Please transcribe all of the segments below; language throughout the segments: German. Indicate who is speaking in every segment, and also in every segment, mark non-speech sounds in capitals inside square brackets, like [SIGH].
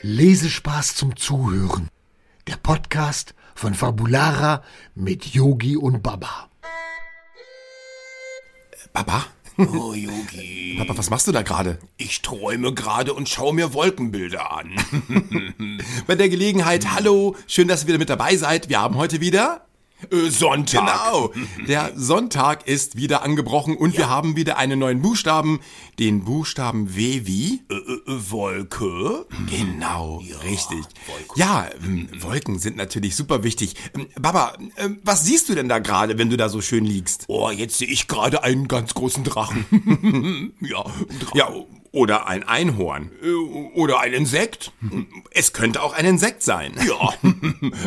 Speaker 1: Lesespaß zum Zuhören. Der Podcast von Fabulara mit Yogi und Baba.
Speaker 2: Papa?
Speaker 3: Oh, Yogi,
Speaker 2: [LAUGHS] Papa, was machst du da gerade?
Speaker 3: ich träume gerade und schaue mir Wolkenbilder an.
Speaker 2: [LAUGHS]
Speaker 3: Hm.
Speaker 2: Bei der Gelegenheit, hallo, schön, dass ihr wieder mit dabei seid. Wir haben heute wieder...
Speaker 3: Äh, Sonntag.
Speaker 2: Genau, [LAUGHS] der Sonntag ist wieder angebrochen und wir haben wieder einen neuen Buchstaben, den Buchstaben W wie...
Speaker 3: Äh, äh, Wolke?
Speaker 2: Genau, richtig. Ja, ähm, Wolken sind natürlich super wichtig. Ähm, Baba, ähm, was siehst du denn da gerade, wenn du da so schön liegst?
Speaker 3: Oh, jetzt sehe ich gerade einen ganz großen Drachen. ja, ein Drachen.
Speaker 2: Ja, oder ein Einhorn.
Speaker 3: Äh, Oder ein Insekt?
Speaker 2: Es könnte auch ein Insekt sein.
Speaker 3: [LAUGHS] Ja,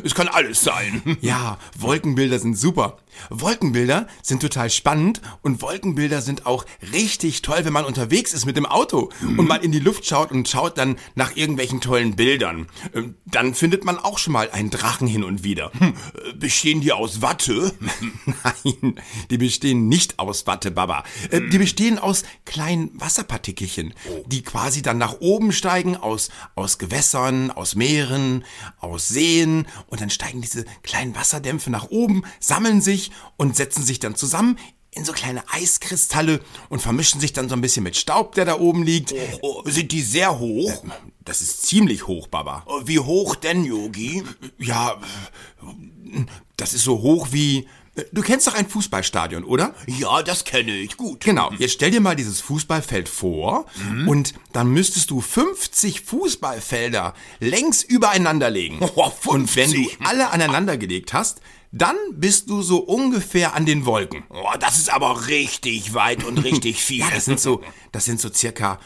Speaker 3: es kann alles sein.
Speaker 2: Ja, Wolkenbilder sind super. Wolkenbilder sind total spannend und Wolkenbilder sind auch richtig toll, wenn man unterwegs ist mit dem Auto
Speaker 3: Mhm.
Speaker 2: und mal in die Luft schaut und schaut dann nach irgendwelchen tollen Bildern. Ähm, Dann findet man auch schon mal einen Drachen hin und wieder. Hm,
Speaker 3: Äh, Bestehen die aus Watte?
Speaker 2: [LAUGHS] Nein, die bestehen nicht aus Watte, Baba. Äh, Die bestehen aus kleinen Wasserpartikelchen,
Speaker 3: Oh.
Speaker 2: die quasi dann nach oben steigen aus, aus Gewässern, aus Meeren, aus Seen und dann steigen diese kleinen Wasserdämpfe nach oben, sammeln sich und setzen sich dann zusammen in so kleine Eiskristalle und vermischen sich dann so ein bisschen mit Staub, der da oben liegt.
Speaker 3: Oh, sind die sehr hoch?
Speaker 2: Das ist ziemlich hoch, Baba.
Speaker 3: Äh, Wie hoch denn, Yogi?
Speaker 2: Ja, das ist so hoch wie... äh, Du kennst doch ein Fußballstadion, oder?
Speaker 3: Ja, das kenne ich gut. Mhm.
Speaker 2: Genau, jetzt stell dir mal dieses Fußballfeld vor und dann müsstest du 50 Fußballfelder längs übereinander legen.
Speaker 3: Oh, 50.
Speaker 2: Und wenn du alle aneinander gelegt hast, dann bist du so ungefähr an den Wolken.
Speaker 3: Oh, das ist aber richtig weit und
Speaker 2: [LAUGHS]
Speaker 3: richtig viel.
Speaker 2: Ja, das sind so, das sind so circa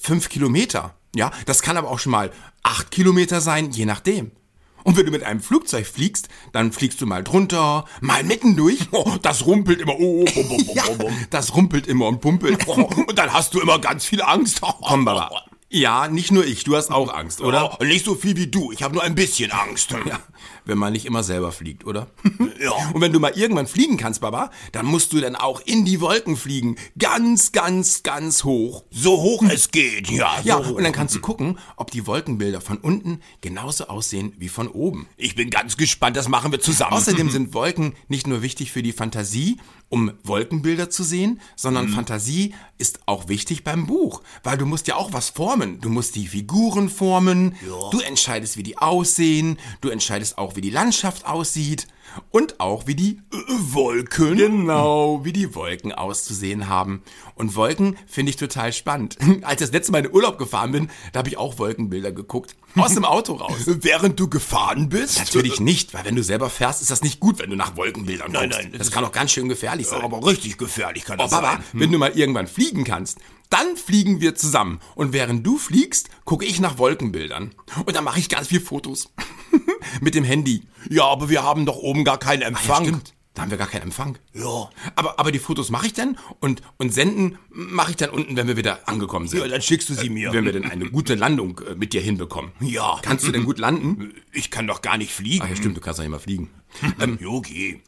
Speaker 2: 5 Kilometer. Ja, das kann aber auch schon mal 8 Kilometer sein, je nachdem. Und wenn du mit einem Flugzeug fliegst, dann fliegst du mal drunter, mal [LAUGHS] mittendurch.
Speaker 3: Oh, das rumpelt immer. Oh, oh, bum, bum, bum,
Speaker 2: Ja,
Speaker 3: bum, bum.
Speaker 2: das rumpelt immer und pumpelt. [LAUGHS]
Speaker 3: Oh, und dann hast du immer ganz viel Angst.
Speaker 2: Komm,
Speaker 3: [LAUGHS]
Speaker 2: Baba. Ja, nicht nur ich, du hast auch Angst, oder?
Speaker 3: Oh, nicht so viel wie du. Ich habe nur ein bisschen Angst.
Speaker 2: Ja, wenn man nicht immer selber fliegt, oder?
Speaker 3: [LAUGHS] Ja.
Speaker 2: Und wenn du mal irgendwann fliegen kannst, Baba, dann musst du dann auch in die Wolken fliegen. Ganz, ganz, ganz hoch.
Speaker 3: So hoch es geht, ja. So
Speaker 2: Ja,
Speaker 3: hoch.
Speaker 2: und dann kannst du gucken, ob die Wolkenbilder von unten genauso aussehen wie von oben.
Speaker 3: Ich bin ganz gespannt, das machen wir zusammen. [LAUGHS]
Speaker 2: Außerdem sind Wolken nicht nur wichtig für die Fantasie, um Wolkenbilder zu sehen,
Speaker 3: Mhm.
Speaker 2: sondern Fantasie ist auch wichtig beim Buch, weil du musst ja auch was formen. Du musst die Figuren formen, du entscheidest, wie die aussehen, du entscheidest auch, wie die Landschaft aussieht und auch, wie die äh, Wolken, genau, [LAUGHS] wie die Wolken auszusehen haben. Und Wolken finde ich total spannend. [LAUGHS] Als ich das letzte Mal in den Urlaub gefahren bin, da habe ich auch Wolkenbilder geguckt. Aus dem Auto raus.
Speaker 3: [LAUGHS] Während du gefahren bist?
Speaker 2: Natürlich nicht, weil wenn du selber fährst, ist das nicht gut, wenn du nach Wolkenbildern
Speaker 3: Nein,
Speaker 2: guckst.
Speaker 3: nein,
Speaker 2: das
Speaker 3: das
Speaker 2: kann auch ganz schön gefährlich sein.
Speaker 3: Aber richtig gefährlich kann
Speaker 2: Äh, Oh,
Speaker 3: das
Speaker 2: Baba,
Speaker 3: sein.
Speaker 2: wenn du mal irgendwann fliegen kannst, dann fliegen wir zusammen. Und während du fliegst, gucke ich nach Wolkenbildern. Und dann mache ich ganz viel Fotos. [LAUGHS] Mit dem Handy.
Speaker 3: Ja, aber wir haben doch oben gar keinen
Speaker 2: Ah Ja,
Speaker 3: Empfang.
Speaker 2: stimmt. Da haben wir gar keinen Empfang.
Speaker 3: Ja.
Speaker 2: Aber, aber die Fotos mache ich dann und, und senden mache ich dann unten, wenn wir wieder angekommen sind. Äh,
Speaker 3: Ja, dann schickst du sie mir.
Speaker 2: Wenn wir denn eine gute Landung äh, mit dir hinbekommen.
Speaker 3: Ja.
Speaker 2: Kannst du denn gut landen?
Speaker 3: Ich kann doch gar nicht
Speaker 2: Ach
Speaker 3: fliegen.
Speaker 2: Ah ja, stimmt, du kannst doch nicht mal fliegen.
Speaker 3: Ähm, Yogi.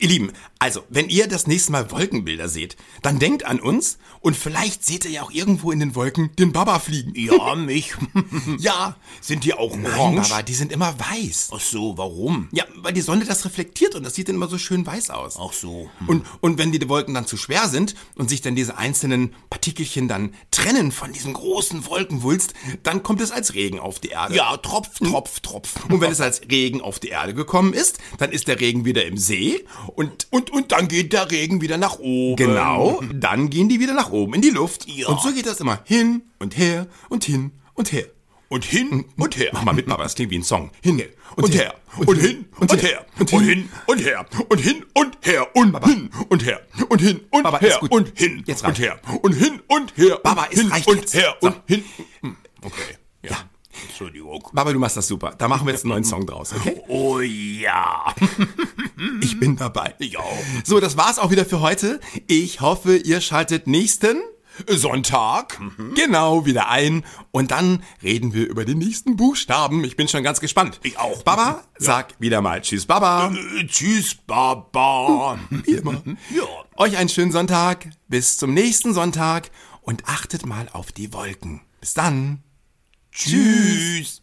Speaker 2: Ihr Lieben, also, wenn ihr das nächste Mal Wolkenbilder seht, dann denkt an uns und vielleicht seht ihr ja auch irgendwo in den Wolken den Baba fliegen.
Speaker 3: Ja, mich.
Speaker 2: Ja,
Speaker 3: Sind die auch orange?
Speaker 2: Hm. Nein, Baba, die sind immer weiß.
Speaker 3: Ach so, warum?
Speaker 2: Ja, weil die Sonne das reflektiert und das sieht dann immer so schön weiß aus.
Speaker 3: Ach so.
Speaker 2: Mhm. Und, und wenn die Wolken dann zu schwer sind und sich dann diese einzelnen Partikelchen dann trennen von diesem großen Wolkenwulst, dann kommt es als Regen auf die Erde. Mhm.
Speaker 3: Ja, Tropf, Tropf, Tropf.
Speaker 2: Und wenn es als Regen auf die Erde gekommen ist, dann ist der Regen wieder im See und, und, und dann geht der Regen wieder nach oben. Genau, dann gehen die wieder nach oben in die Luft.
Speaker 3: Ja.
Speaker 2: Und so geht das immer hin und her und hin und her.
Speaker 3: Und hin und her.
Speaker 2: Mach mal mit, Papa, das klingt wie ein Song. Hin
Speaker 3: und her und hin und her und hin und her und hin und her und hin und her und hin und
Speaker 2: Baba, ist
Speaker 3: her
Speaker 2: gut.
Speaker 3: und hin
Speaker 2: Jetzt
Speaker 3: und
Speaker 2: reicht's.
Speaker 3: her und hin und her
Speaker 2: Baba,
Speaker 3: und
Speaker 2: es
Speaker 3: hin
Speaker 2: reicht
Speaker 3: und
Speaker 2: jetzt.
Speaker 3: her
Speaker 2: So.
Speaker 3: und hin. Hm, Okay, ja. Entschuldigung.
Speaker 2: Baba, du machst das super. Da machen wir jetzt einen neuen Song draus, okay?
Speaker 3: Oh ja.
Speaker 2: Ich bin dabei.
Speaker 3: Mhm. Ich auch.
Speaker 2: So, das war's auch wieder für heute. Ich hoffe, ihr schaltet nächsten Sonntag
Speaker 3: Mhm.
Speaker 2: genau wieder ein und dann reden wir über den nächsten Buchstaben. Ich bin schon ganz gespannt.
Speaker 3: Ich auch.
Speaker 2: Baba, sag wieder mal Tschüss, Baba.
Speaker 3: Äh, Tschüss, Baba.
Speaker 2: Wie immer.
Speaker 3: [LAUGHS] Ja.
Speaker 2: Euch einen schönen Sonntag. Bis zum nächsten Sonntag und achtet mal auf die Wolken. Bis dann.
Speaker 3: Tschüss.